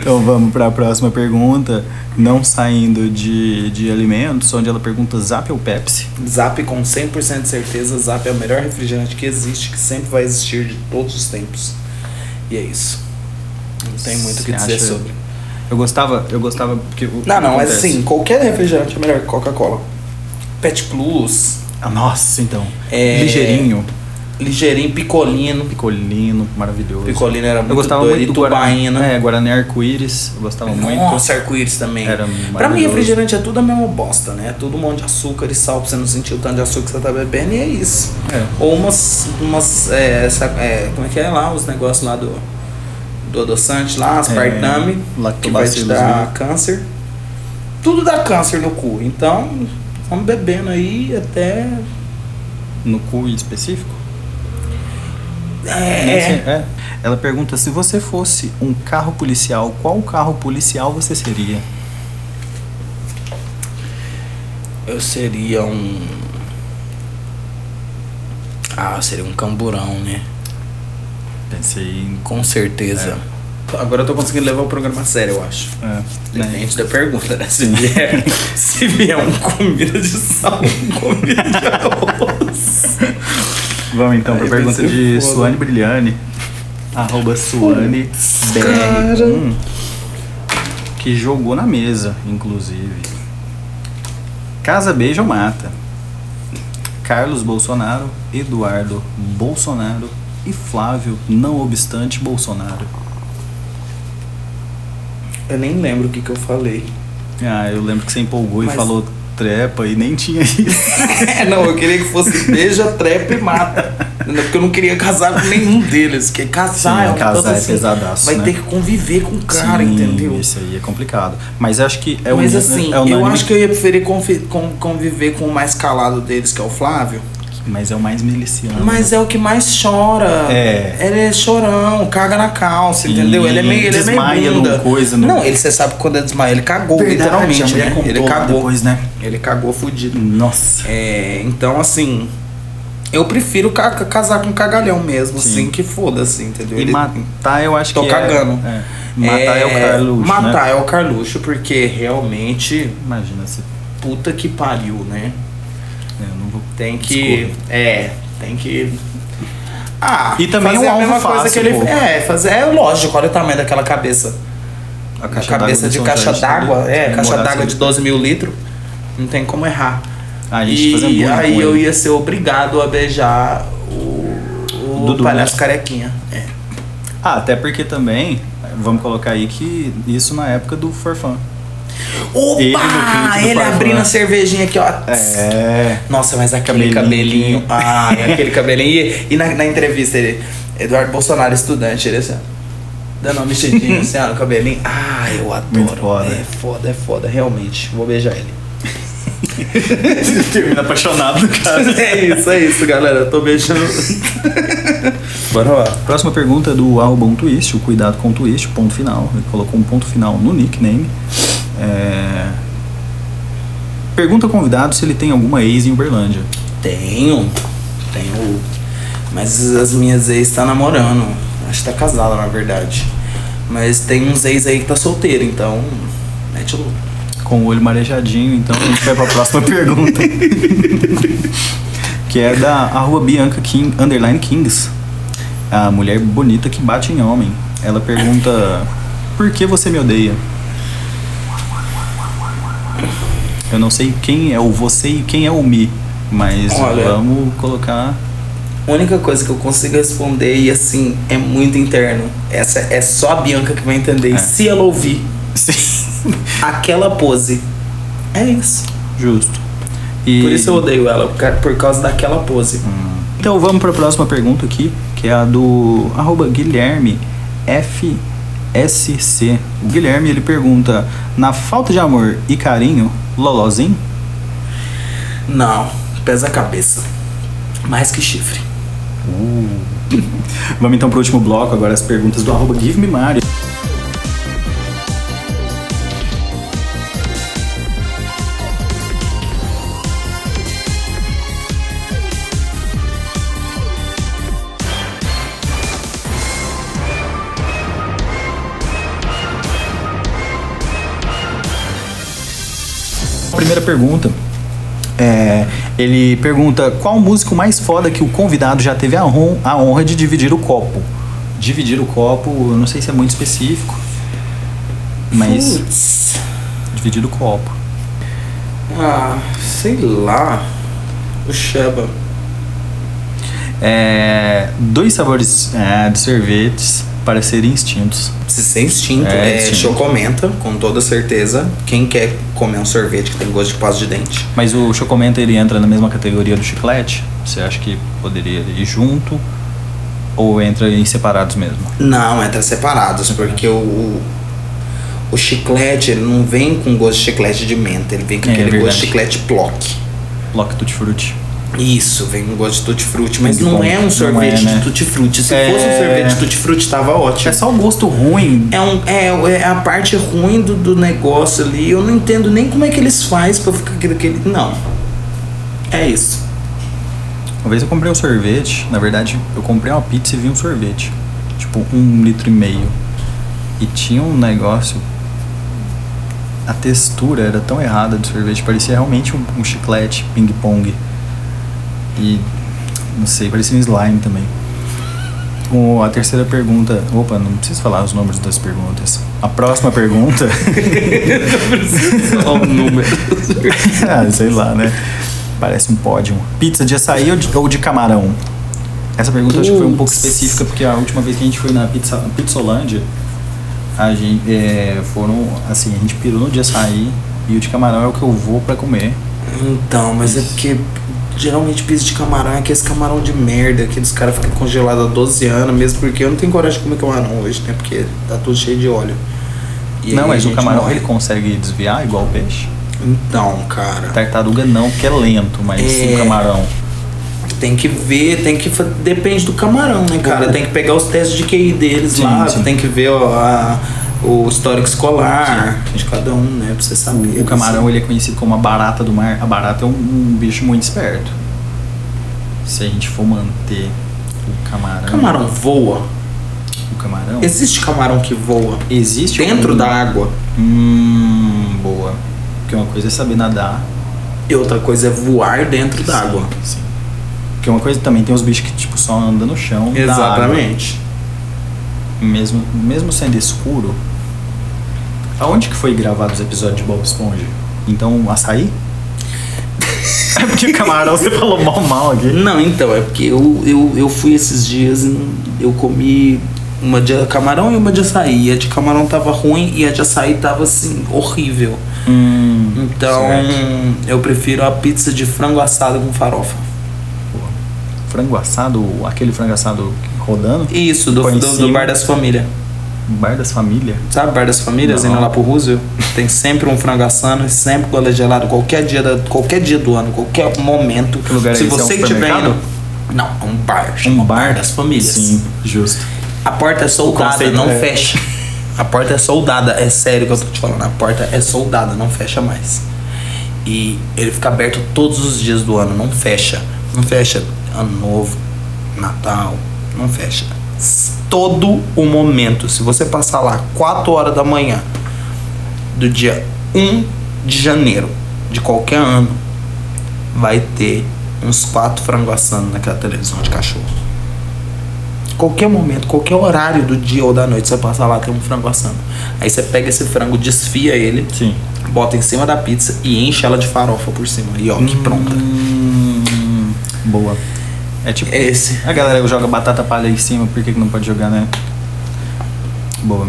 [SPEAKER 1] Então vamos para a próxima pergunta, não saindo de, de alimentos, onde ela pergunta Zap ou Pepsi.
[SPEAKER 3] Zap com 100% de certeza, Zap é o melhor refrigerante que existe, que sempre vai existir de todos os tempos. E é isso. Não tem muito o que
[SPEAKER 1] Você
[SPEAKER 3] dizer
[SPEAKER 1] acha-
[SPEAKER 3] sobre.
[SPEAKER 1] Eu gostava, eu gostava porque o-
[SPEAKER 3] Não, não, é
[SPEAKER 1] acontece?
[SPEAKER 3] assim, qualquer refrigerante é melhor que Coca-Cola. Pet Plus,
[SPEAKER 1] Ah, nossa, então.
[SPEAKER 3] É.
[SPEAKER 1] Ligeirinho,
[SPEAKER 3] ligeirinho, picolino.
[SPEAKER 1] picolino, maravilhoso.
[SPEAKER 3] Picolino era muito
[SPEAKER 1] Eu gostava
[SPEAKER 3] doido,
[SPEAKER 1] muito do
[SPEAKER 3] Tubaína.
[SPEAKER 1] Guaraná. É, Guaraná Arco-Íris, eu gostava muito.
[SPEAKER 3] Nossa, arco-íris também.
[SPEAKER 1] Era
[SPEAKER 3] pra mim,
[SPEAKER 1] maravilhoso.
[SPEAKER 3] refrigerante é tudo a mesma bosta, né? É tudo um monte de açúcar e sal pra você não sentir o tanto de açúcar que você tá bebendo e é isso.
[SPEAKER 1] É.
[SPEAKER 3] Ou umas. umas é, sa- é, como é que é lá? Os negócios lá do, do adoçante lá, as
[SPEAKER 1] É,
[SPEAKER 3] partame, que vai te
[SPEAKER 1] lactobacilos,
[SPEAKER 3] dar
[SPEAKER 1] né?
[SPEAKER 3] câncer. Tudo dá câncer no cu. Então, vamos bebendo aí até.
[SPEAKER 1] No cu específico?
[SPEAKER 3] É.
[SPEAKER 1] Sim, é. Ela pergunta se você fosse um carro policial, qual carro policial você seria?
[SPEAKER 3] Eu seria um. Ah, seria um camburão, né?
[SPEAKER 1] Pensei em.
[SPEAKER 3] Com certeza. É. Agora eu tô conseguindo levar o programa a sério, eu acho.
[SPEAKER 1] É, né?
[SPEAKER 3] Depende da pergunta, né? <laughs> Se vier, se vier um comida de sal, um comida de arroz.
[SPEAKER 1] Vamos então para
[SPEAKER 3] Aí
[SPEAKER 1] pergunta
[SPEAKER 3] pensei,
[SPEAKER 1] de
[SPEAKER 3] foda.
[SPEAKER 1] Suane Brilhane. Arroba Suane BR1, que jogou na mesa, inclusive. Casa Beija ou Mata? Carlos Bolsonaro, Eduardo Bolsonaro e Flávio, não obstante Bolsonaro.
[SPEAKER 3] Eu nem lembro o que, que eu falei. <laughs>
[SPEAKER 1] Ah, eu lembro que você empolgou
[SPEAKER 3] Mas-
[SPEAKER 1] e falou trepa e nem tinha isso.
[SPEAKER 3] É, não, eu queria que fosse beija, trepa e mata. Entendeu? Porque eu não queria casar com nenhum deles. Porque casar
[SPEAKER 1] Sim,
[SPEAKER 3] é um
[SPEAKER 1] casar
[SPEAKER 3] tanto
[SPEAKER 1] é pesadaço,
[SPEAKER 3] Vai
[SPEAKER 1] né?
[SPEAKER 3] ter que conviver com o cara,
[SPEAKER 1] Sim,
[SPEAKER 3] entendeu?
[SPEAKER 1] Isso aí é complicado. Mas acho que é o
[SPEAKER 3] Mas assim,
[SPEAKER 1] é
[SPEAKER 3] eu
[SPEAKER 1] unânime-
[SPEAKER 3] acho que eu ia preferir confi- con- conviver com o mais calado deles, que é o Flávio.
[SPEAKER 1] Mas é o mais miliciano.
[SPEAKER 3] Mas é o que mais chora.
[SPEAKER 1] É.
[SPEAKER 3] Ele é chorão, caga na calça, entendeu? Ele é meio, ele é
[SPEAKER 1] Desmaia
[SPEAKER 3] meio bunda.
[SPEAKER 1] numa coisa, né?
[SPEAKER 3] não...
[SPEAKER 1] no-
[SPEAKER 3] ele você sabe que quando ele desmaia, ele cagou,
[SPEAKER 1] Verdade, a
[SPEAKER 3] literalmente,
[SPEAKER 1] mulher
[SPEAKER 3] né?
[SPEAKER 1] contou
[SPEAKER 3] Ele cagou.
[SPEAKER 1] depois, né?
[SPEAKER 3] Ele cagou fudido.
[SPEAKER 1] Nossa.
[SPEAKER 3] É, então assim, eu prefiro ca- ca- casar com cagalhão mesmo,
[SPEAKER 1] Sim.
[SPEAKER 3] assim, que foda-se, entendeu?
[SPEAKER 1] E
[SPEAKER 3] Ele-
[SPEAKER 1] matar, eu acho
[SPEAKER 3] Tô
[SPEAKER 1] que. é-
[SPEAKER 3] cagando.
[SPEAKER 1] É, Matar é, o Carlos.
[SPEAKER 3] Matar
[SPEAKER 1] Né?
[SPEAKER 3] é o Carluxo, porque realmente,
[SPEAKER 1] Imagina se.
[SPEAKER 3] puta que pariu, né?
[SPEAKER 1] Eu não vou.
[SPEAKER 3] Tem que.
[SPEAKER 1] Escuro.
[SPEAKER 3] É, tem que. Ah,
[SPEAKER 7] E também é
[SPEAKER 3] fazer
[SPEAKER 7] um
[SPEAKER 3] a
[SPEAKER 7] alvo
[SPEAKER 3] mesma coisa
[SPEAKER 7] fácil,
[SPEAKER 3] que ele.
[SPEAKER 7] pô.
[SPEAKER 3] É, fazer, é lógico, olha o tamanho daquela cabeça.
[SPEAKER 7] A
[SPEAKER 3] A cabeça
[SPEAKER 7] d'água
[SPEAKER 3] de
[SPEAKER 1] um
[SPEAKER 7] São
[SPEAKER 3] caixa
[SPEAKER 7] Jorge,
[SPEAKER 3] d'água,
[SPEAKER 7] né?
[SPEAKER 3] é,
[SPEAKER 7] Tem que
[SPEAKER 3] caixa
[SPEAKER 7] morar
[SPEAKER 3] d'água
[SPEAKER 7] assim.
[SPEAKER 3] de 12 mil litros. Não tem como errar.
[SPEAKER 1] Ah, a gente
[SPEAKER 3] E
[SPEAKER 1] fazia bullying
[SPEAKER 3] aí
[SPEAKER 1] com
[SPEAKER 3] eu
[SPEAKER 1] ele.
[SPEAKER 3] ia ser obrigado a beijar o, o
[SPEAKER 1] Dudu,
[SPEAKER 3] palhaço
[SPEAKER 1] né?
[SPEAKER 3] carequinha. É.
[SPEAKER 1] Ah, até porque também, vamos colocar aí que isso na época do Forfã.
[SPEAKER 3] Opa!
[SPEAKER 1] Ele no clipe do
[SPEAKER 3] Ele,
[SPEAKER 1] Parvana.
[SPEAKER 3] abrindo a cervejinha aqui, ó.
[SPEAKER 1] É.
[SPEAKER 3] Nossa, mas aquele
[SPEAKER 1] Cabelinho.
[SPEAKER 3] <laughs> cabelinho. Ah, aquele cabelinho. E, e na, na entrevista ele. Eduardo Bolsonaro, estudante, ele assim, ó, dando uma mexidinha assim, ó, no cabelinho. Ah, eu adoro.
[SPEAKER 1] Muito foda.
[SPEAKER 3] É foda, é foda, realmente. Vou beijar ele.
[SPEAKER 1] <laughs> Termina apaixonado, cara.
[SPEAKER 3] <laughs> é isso, é isso, galera. Eu tô beijando. Bora lá.
[SPEAKER 1] Próxima pergunta é do álbum Twist, o cuidado com o Twist, ponto final. Ele colocou um ponto final no nickname. É... Pergunta ao convidado se ele tem alguma ex em Uberlândia.
[SPEAKER 3] Tenho. Tenho. Mas as minhas ex tá namorando. Acho que tá casada, na verdade. Mas tem uns ex aí que tá solteiro, então. Mete o louco.
[SPEAKER 1] Com o olho marejadinho, então a gente vai pra próxima <laughs> pergunta. que é da arroba Bianca King, underline Kings. A mulher bonita que bate em homem. Ela pergunta: Por que você me odeia? Eu não sei quem é o você e quem é o me, mas
[SPEAKER 3] Olha.
[SPEAKER 1] vamos colocar. <laughs>
[SPEAKER 3] A única coisa que eu consigo responder, e assim, é muito interno. Essa é só a Bianca que vai entender.
[SPEAKER 1] É.
[SPEAKER 3] E se ela ouvir aquela pose, é isso.
[SPEAKER 1] Justo. E-
[SPEAKER 3] Por isso eu odeio ela, por ca- por causa daquela pose.
[SPEAKER 1] Então vamos para a próxima pergunta aqui, que é a do arroba Guilherme FSC. O Guilherme ele pergunta: na falta de amor e carinho, Lolozinho?
[SPEAKER 3] Não, pesa a cabeça. Mais que chifre.
[SPEAKER 1] Vamos então para o último bloco agora as perguntas do arroba Give Me Mario. A Primeira pergunta. É, ele pergunta qual o músico mais foda que o convidado já teve a, hon- a honra de dividir o copo. Dividir o copo, eu não sei se é muito específico, mas
[SPEAKER 3] Putz.
[SPEAKER 1] dividir o copo.
[SPEAKER 3] Ah, sei lá. O Sheba.
[SPEAKER 1] É, dois sabores é, de sorvetes para serem extintos.
[SPEAKER 3] Se ser instinto,
[SPEAKER 1] É,
[SPEAKER 3] é,
[SPEAKER 1] instinto.
[SPEAKER 3] chocomenta, com toda certeza. Quem quer comer um sorvete que tem gosto de pasta de dente?
[SPEAKER 1] Mas o chocomenta ele entra na mesma categoria do chiclete? Você acha que poderia ir junto ou entra em separados mesmo?
[SPEAKER 3] Não, entra separados, porque o, o, o chiclete ele não vem com gosto de chiclete de menta, ele vem com
[SPEAKER 1] É, é
[SPEAKER 3] aquele gosto
[SPEAKER 1] verdade.
[SPEAKER 3] de chiclete plock.
[SPEAKER 1] Bloco tutti frutti.
[SPEAKER 3] Isso, vem com gosto de tutti-frutti, mas
[SPEAKER 1] Big
[SPEAKER 3] não
[SPEAKER 1] Bom.
[SPEAKER 3] é
[SPEAKER 1] Não
[SPEAKER 3] um sorvete
[SPEAKER 1] é, né?
[SPEAKER 3] de tutti-frutti. Se
[SPEAKER 1] É.
[SPEAKER 3] fosse um sorvete de tutti-frutti, tava ótimo.
[SPEAKER 1] É só o gosto ruim.
[SPEAKER 3] É, um, é, é a parte ruim do, do negócio ali. Eu não entendo nem como é que eles fazem pra ficar aquele. aquele- Não. É isso.
[SPEAKER 1] Uma vez eu comprei um sorvete, na verdade, eu comprei uma pizza e vi um sorvete. Tipo, um litro e meio. E tinha um negócio. A textura era tão errada do sorvete, parecia realmente um, um chiclete ping-pong. E. Não sei, parecia um slime também. Com a terceira pergunta. Opa, não preciso falar os números das perguntas. A próxima pergunta.
[SPEAKER 3] Olha o número.
[SPEAKER 1] <laughs> ah, sei lá, né? Parece um pódio. Pizza de açaí ou de, ou de camarão? Essa pergunta eu acho que foi um pouco específica, porque a última vez que a gente foi na pizza, Pizzolândia, a gente é, foram, assim, a gente pirou no de açaí e o de camarão é o que eu vou pra comer.
[SPEAKER 3] Então, mas é porque geralmente pizza de camarão é aqueles camarão de merda que os caras ficam congelados há 12 anos, mesmo porque eu não tenho coragem de comer camarão hoje, né? Porque tá tudo cheio de óleo. E
[SPEAKER 1] não,
[SPEAKER 3] aí a
[SPEAKER 1] mas o
[SPEAKER 3] gente
[SPEAKER 1] camarão
[SPEAKER 3] morre.
[SPEAKER 1] ele consegue desviar igual o peixe.
[SPEAKER 3] Então, cara,
[SPEAKER 1] Tartaruga não, porque é lento, mas
[SPEAKER 3] É.
[SPEAKER 1] o camarão.
[SPEAKER 3] tem que ver, tem que. fa- Depende do camarão, né, cara? Tem que pegar os testes de QI deles
[SPEAKER 1] Sim,
[SPEAKER 3] lá,
[SPEAKER 1] sim.
[SPEAKER 3] tem que ver ó, a- o histórico escolar de cada um, né? Pra você saber.
[SPEAKER 1] O camarão ele é conhecido como a barata do mar. A barata é um, um bicho muito esperto. Se a gente for manter o camarão.
[SPEAKER 3] O camarão voa.
[SPEAKER 1] O camarão.
[SPEAKER 3] Existe camarão que voa
[SPEAKER 1] Existe um
[SPEAKER 3] dentro
[SPEAKER 1] algum-
[SPEAKER 3] da água.
[SPEAKER 1] Hum, boa. Porque uma coisa é saber é nadar.
[SPEAKER 3] E outra coisa é voar dentro d'água.
[SPEAKER 1] Sim. Porque uma coisa também tem os bichos que tipo só andam no chão. na água.
[SPEAKER 3] Exatamente.
[SPEAKER 1] mesmo, mesmo sendo escuro. Aonde que foi gravado os episódios de Bob Esponja? Então, açaí? é porque camarão você falou mal mal aqui.
[SPEAKER 3] Não, então, é porque eu, eu, eu fui esses dias e não- eu comi uma de camarão e uma de açaí. E a de camarão tava ruim e a de açaí tava assim, horrível.
[SPEAKER 1] Hum,
[SPEAKER 3] Então, eu prefiro a pizza de frango assado com farofa.
[SPEAKER 1] Frango assado, aquele frango assado rodando.
[SPEAKER 3] Isso, do,
[SPEAKER 1] Põe em
[SPEAKER 3] do, do
[SPEAKER 1] cima.
[SPEAKER 3] Bar das Famílias.
[SPEAKER 1] Bar das família.
[SPEAKER 3] Sabe, Bar das Famílias,
[SPEAKER 1] Não.
[SPEAKER 3] indo lá pro Roosevelt? Tem sempre um frango assando, sempre gola gelado, qualquer dia, da, qualquer dia do ano, qualquer momento.
[SPEAKER 1] Que lugar é
[SPEAKER 3] Se
[SPEAKER 1] esse? É um
[SPEAKER 3] você estiver
[SPEAKER 1] supermercado?
[SPEAKER 3] indo. Não, é um bar.
[SPEAKER 1] Um
[SPEAKER 3] chama
[SPEAKER 1] bar
[SPEAKER 3] das Famílias.
[SPEAKER 1] Sim, justo.
[SPEAKER 3] A porta é
[SPEAKER 1] O
[SPEAKER 3] soldada,
[SPEAKER 1] conceito
[SPEAKER 3] não
[SPEAKER 1] é-
[SPEAKER 3] fecha. A porta é soldada, é sério que eu tô te falando. A porta é soldada, não fecha mais. E ele fica aberto todos os dias do ano, não fecha. Não fecha ano novo, Natal, não fecha. S- Todo o momento. Se você passar lá 4 horas da manhã, do dia 1 de janeiro de qualquer ano, vai ter uns quatro frango assando naquela televisão de cachorro. Qualquer momento, qualquer horário do dia ou da noite, você passa lá, tem um frango assando. Aí você pega esse frango, desfia ele,
[SPEAKER 1] Sim.
[SPEAKER 3] bota em cima da pizza e enche ela de farofa por cima. E ó, que pronta.
[SPEAKER 1] Hum, boa. É tipo.
[SPEAKER 3] É esse.
[SPEAKER 1] A galera joga batata palha em cima, por que, que não pode jogar, né? Boa.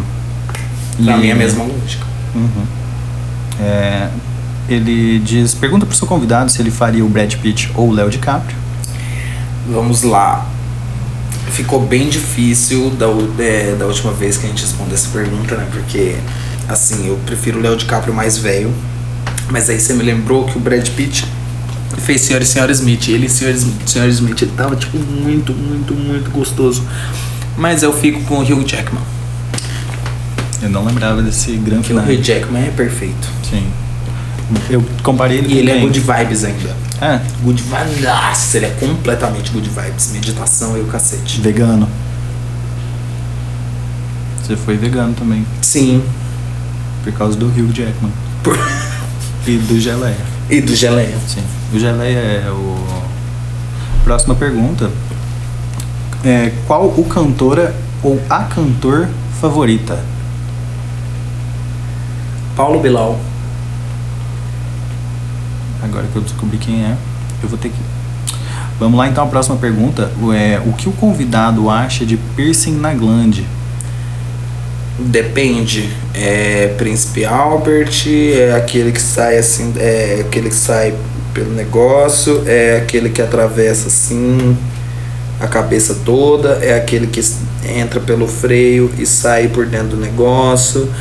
[SPEAKER 3] Pra
[SPEAKER 1] E-
[SPEAKER 3] mim é a mesma lógica.
[SPEAKER 1] Uhum. É, ele diz: pergunta pro seu convidado se ele faria o Brad Pitt ou o Léo DiCaprio.
[SPEAKER 3] Vamos lá. Ficou bem difícil da, u- é, da última vez que a gente respondeu essa pergunta, né? Porque, assim, eu prefiro o Léo DiCaprio mais velho. Mas aí você me lembrou que o Brad Pitt fez Senhora e Senhora Smith. Ele e Senhor, Sm- Senhor Smith, ele tava, tipo, muito, muito, muito gostoso. Mas eu fico com o Hugh Jackman.
[SPEAKER 1] Eu não lembrava desse grande
[SPEAKER 3] Porque o
[SPEAKER 1] final.
[SPEAKER 3] Hugh Jackman é perfeito.
[SPEAKER 1] Sim. Eu comparei ele
[SPEAKER 3] E
[SPEAKER 1] com
[SPEAKER 3] ele é
[SPEAKER 1] quem?
[SPEAKER 3] good vibes ainda.
[SPEAKER 1] É,
[SPEAKER 3] Good vibes. Nossa, ele é completamente good vibes. Meditação e o cacete.
[SPEAKER 1] vegano. Você foi vegano também,
[SPEAKER 3] Sim.
[SPEAKER 1] por causa do Hugh Jackman. <laughs> E do Geleia.
[SPEAKER 3] E do Geleia.
[SPEAKER 1] Sim. O Geleia é o. Próxima pergunta. É, qual o cantora ou a cantor favorita?
[SPEAKER 3] Paulo Bilal.
[SPEAKER 1] Agora que eu descobri quem é, eu vou ter que. Vamos lá então a próxima pergunta. É, o que o convidado acha de piercing na <laughs> glande?
[SPEAKER 3] Depende. É Príncipe Albert, é aquele que sai assim, é aquele que sai pelo negócio, é aquele que atravessa assim a cabeça toda, é aquele que s- entra pelo freio e sai por dentro do negócio,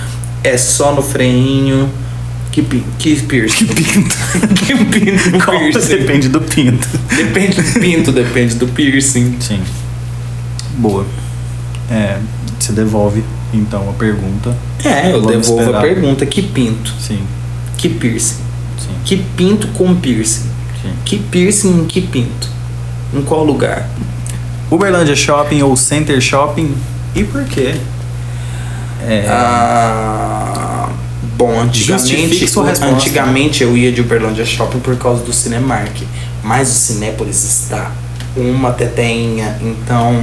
[SPEAKER 3] é só no freinho. Que, pi- que piercing? Que pinto. <laughs> que pinto <laughs> no piercing.
[SPEAKER 1] Depende do pinto.
[SPEAKER 3] Depende do pinto, depende do piercing.
[SPEAKER 1] Sim. Boa. É, você devolve então a pergunta.
[SPEAKER 3] É, eu
[SPEAKER 1] Vamos
[SPEAKER 3] devolvo
[SPEAKER 1] esperar.
[SPEAKER 3] a pergunta. Que pinto?
[SPEAKER 1] Sim,
[SPEAKER 3] Que piercing?
[SPEAKER 1] sim,
[SPEAKER 3] Que pinto com piercing?
[SPEAKER 1] sim.
[SPEAKER 3] Que piercing em que pinto? Em qual lugar?
[SPEAKER 1] Uberlândia Shopping ou Center Shopping? E por quê? É,
[SPEAKER 3] Ah, bom, antigamente,
[SPEAKER 1] Justifique sua resposta.
[SPEAKER 3] antigamente eu ia de Uberlândia Shopping por causa do Cinemark. Mas o Cinépolis está uma tetenha. Então,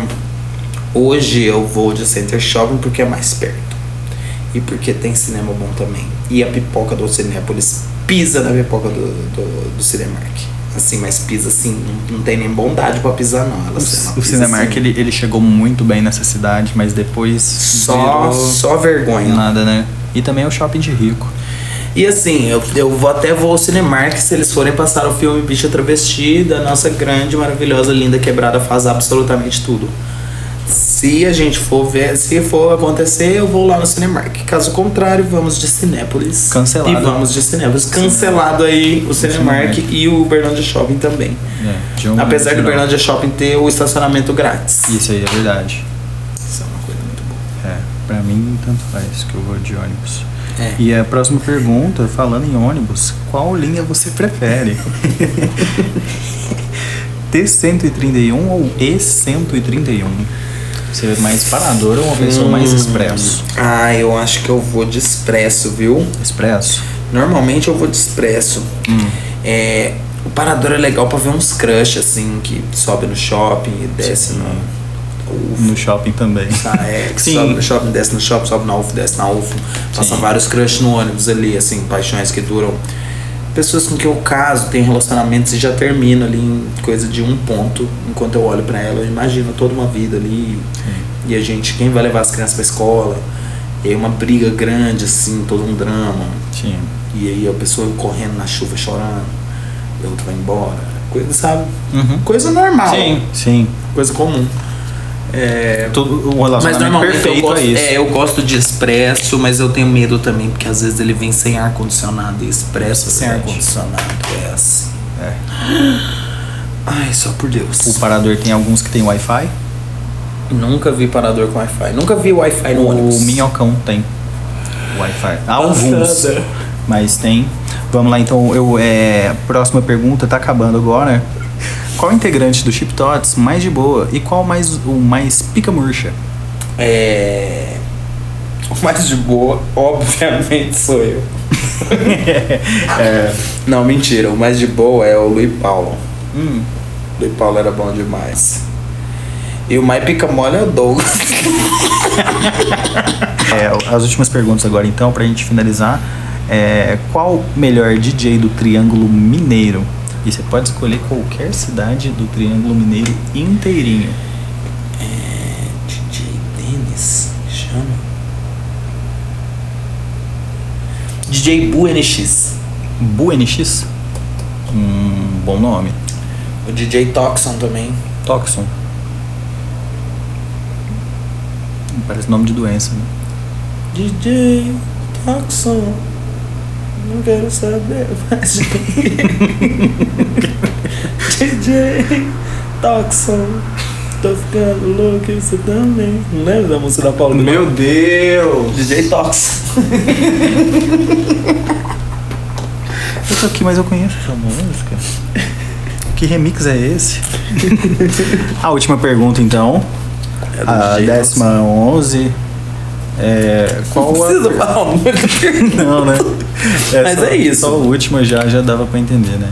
[SPEAKER 3] hoje eu vou de Center Shopping porque é mais perto. E porque tem cinema bom também. E a pipoca do Cinépolis pisa na pipoca do, do, do Cinemark. Assim, mas pisa assim, não, não tem nem bondade pra pisar não. Ela, assim, ela
[SPEAKER 1] o, o
[SPEAKER 3] pisa
[SPEAKER 1] Cinemark
[SPEAKER 3] assim.
[SPEAKER 1] ele, ele chegou muito bem nessa cidade, mas depois
[SPEAKER 3] Só,
[SPEAKER 1] virou
[SPEAKER 3] só vergonha.
[SPEAKER 1] nada, né? E também é o shopping de rico.
[SPEAKER 3] E assim, eu, eu vou até vou ao Cinemark se eles forem passar o filme Bicha Travesti da nossa grande, maravilhosa, linda quebrada faz absolutamente tudo. Se a gente for ver, se for acontecer, eu vou lá no Cinemark. Caso contrário, vamos de Cinépolis.
[SPEAKER 1] Cancelado.
[SPEAKER 3] E vamos de Cinépolis. Cancelado aí o Cinemark,
[SPEAKER 1] Cinemark.
[SPEAKER 3] e o Uberlândia Shopping também.
[SPEAKER 1] É, de um
[SPEAKER 3] Apesar do
[SPEAKER 1] geral.
[SPEAKER 3] Uberlândia Shopping ter o estacionamento grátis.
[SPEAKER 1] Isso aí é verdade.
[SPEAKER 3] Isso é uma coisa muito boa.
[SPEAKER 1] É, pra mim tanto faz que eu vou de ônibus.
[SPEAKER 3] É.
[SPEAKER 1] E a próxima pergunta, falando em ônibus, qual linha você
[SPEAKER 3] <laughs>
[SPEAKER 1] prefere? T131 ou E131? Você é um? mais parador ou uma pessoa mais
[SPEAKER 3] Hum.
[SPEAKER 1] expresso?
[SPEAKER 3] Ah, eu acho que eu vou de expresso, viu?
[SPEAKER 1] Expresso?
[SPEAKER 3] Normalmente eu vou de expresso. É, Parador é legal pra ver uns crush, assim, que sobe no shopping e desce no. Ufo.
[SPEAKER 1] No shopping também.
[SPEAKER 3] Ah,
[SPEAKER 1] <laughs>
[SPEAKER 3] é, que
[SPEAKER 8] Sim.
[SPEAKER 3] sobe no shopping, desce no shopping, sobe na UFO, desce na UFO. Passa vários crush no ônibus ali, assim, paixões que duram. Pessoas com que eu caso, tem relacionamentos e já termino ali em coisa de um ponto. Enquanto eu olho pra ela, eu imagino toda uma vida ali. E a gente, quem vai levar as crianças pra escola? E aí uma briga grande, assim, todo um drama.
[SPEAKER 1] Sim.
[SPEAKER 3] E aí a pessoa correndo na chuva chorando, e a outra vai embora. Coisa, sabe? Coisa normal.
[SPEAKER 1] Sim. Sim.
[SPEAKER 3] Coisa comum. É,
[SPEAKER 1] Tudo, o
[SPEAKER 3] mas
[SPEAKER 1] relacionamento
[SPEAKER 3] normalmente eu
[SPEAKER 1] perfeito
[SPEAKER 3] gosto,
[SPEAKER 1] é isso.
[SPEAKER 3] é, eu gosto de expresso, mas eu tenho medo também, porque às vezes ele vem sem ar-condicionado e expresso sem
[SPEAKER 1] Verdade.
[SPEAKER 3] ar-condicionado. É assim. Ai, só por Deus.
[SPEAKER 1] O parador tem alguns que tem Wi-Fi.
[SPEAKER 3] Nunca vi parador com Wi-Fi. Nunca vi Wi-Fi no
[SPEAKER 1] O
[SPEAKER 3] ônibus.
[SPEAKER 1] Minhocão tem Wi-Fi. Alguns. Mas tem. Vamos lá então. Eu, é, próxima pergunta tá acabando agora. Qual integrante do Chip Tots mais de boa e qual mais o mais pica murcha?
[SPEAKER 3] É. Mas de boa, obviamente sou eu. É, Não, mentira. O mais de boa é o Luiz Paulo.
[SPEAKER 1] hum,
[SPEAKER 3] Luiz Paulo era bom demais. E o mais pica mole é o Douglas. <laughs>
[SPEAKER 1] É, as últimas perguntas agora então pra gente finalizar. É, qual o melhor DJ do Triângulo Mineiro? E você pode escolher qualquer cidade do Triângulo Mineiro inteirinho.
[SPEAKER 3] DJ Dennis, chama. DJ Bu NX.
[SPEAKER 1] BuNX? Um bom nome.
[SPEAKER 3] O DJ Toxon também.
[SPEAKER 1] Toxon. Parece nome de doença, né?
[SPEAKER 3] DJ Toxon. Não quero saber mais <laughs> de DJ Toxon. Tô ficando louco, e você também. Não lembra da música da Paula?
[SPEAKER 9] Meu Deus!
[SPEAKER 3] DJ Toxon.
[SPEAKER 1] Eu tô aqui, mas eu conheço essa música. <laughs> Que remix é esse? <laughs> a última pergunta, então. a
[SPEAKER 3] DJ
[SPEAKER 1] décima onze. É, qual a...
[SPEAKER 3] Precisa falar
[SPEAKER 1] <laughs>
[SPEAKER 3] muito.
[SPEAKER 1] Não, né?
[SPEAKER 3] Mas
[SPEAKER 1] só-
[SPEAKER 3] é isso.
[SPEAKER 1] Só a última já, já dava pra entender, né?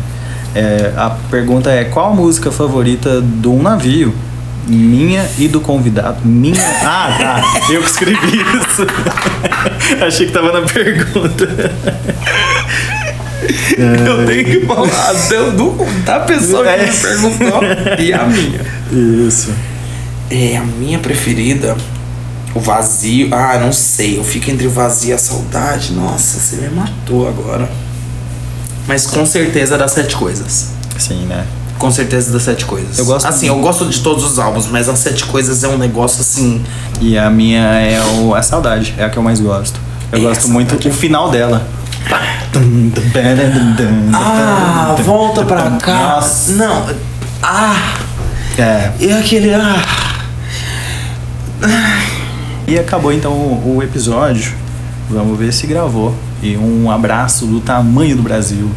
[SPEAKER 1] É, a pergunta é: qual a música favorita de um navio? Minha e do convidado. Minha. Ah, tá. Eu que escrevi isso. <laughs> Achei que tava na pergunta.
[SPEAKER 3] Eu tenho que falar até o do, da pessoa que me perguntou É. <laughs> e a minha.
[SPEAKER 1] <laughs> Isso.
[SPEAKER 3] É, a minha preferida. O vazio. Ah, não sei. Eu fico entre o vazio e a saudade. Nossa, você me matou agora. Mas com certeza das sete coisas.
[SPEAKER 1] Sim, né?
[SPEAKER 3] Com certeza das sete coisas.
[SPEAKER 1] Eu gosto
[SPEAKER 3] Assim,
[SPEAKER 1] muito.
[SPEAKER 3] eu gosto de todos os álbuns, mas as sete coisas é um negócio assim.
[SPEAKER 1] E a minha é o, a saudade, é a que eu mais gosto. Eu
[SPEAKER 3] É,
[SPEAKER 1] gosto
[SPEAKER 3] a
[SPEAKER 1] muito do final dela.
[SPEAKER 3] Ah, volta pra cá.
[SPEAKER 1] Nossa.
[SPEAKER 3] Não. Ah,
[SPEAKER 1] É.
[SPEAKER 3] e aquele. Ah.
[SPEAKER 1] E acabou então o, o episódio. Vamos ver se gravou. E um abraço do tamanho do Brasil.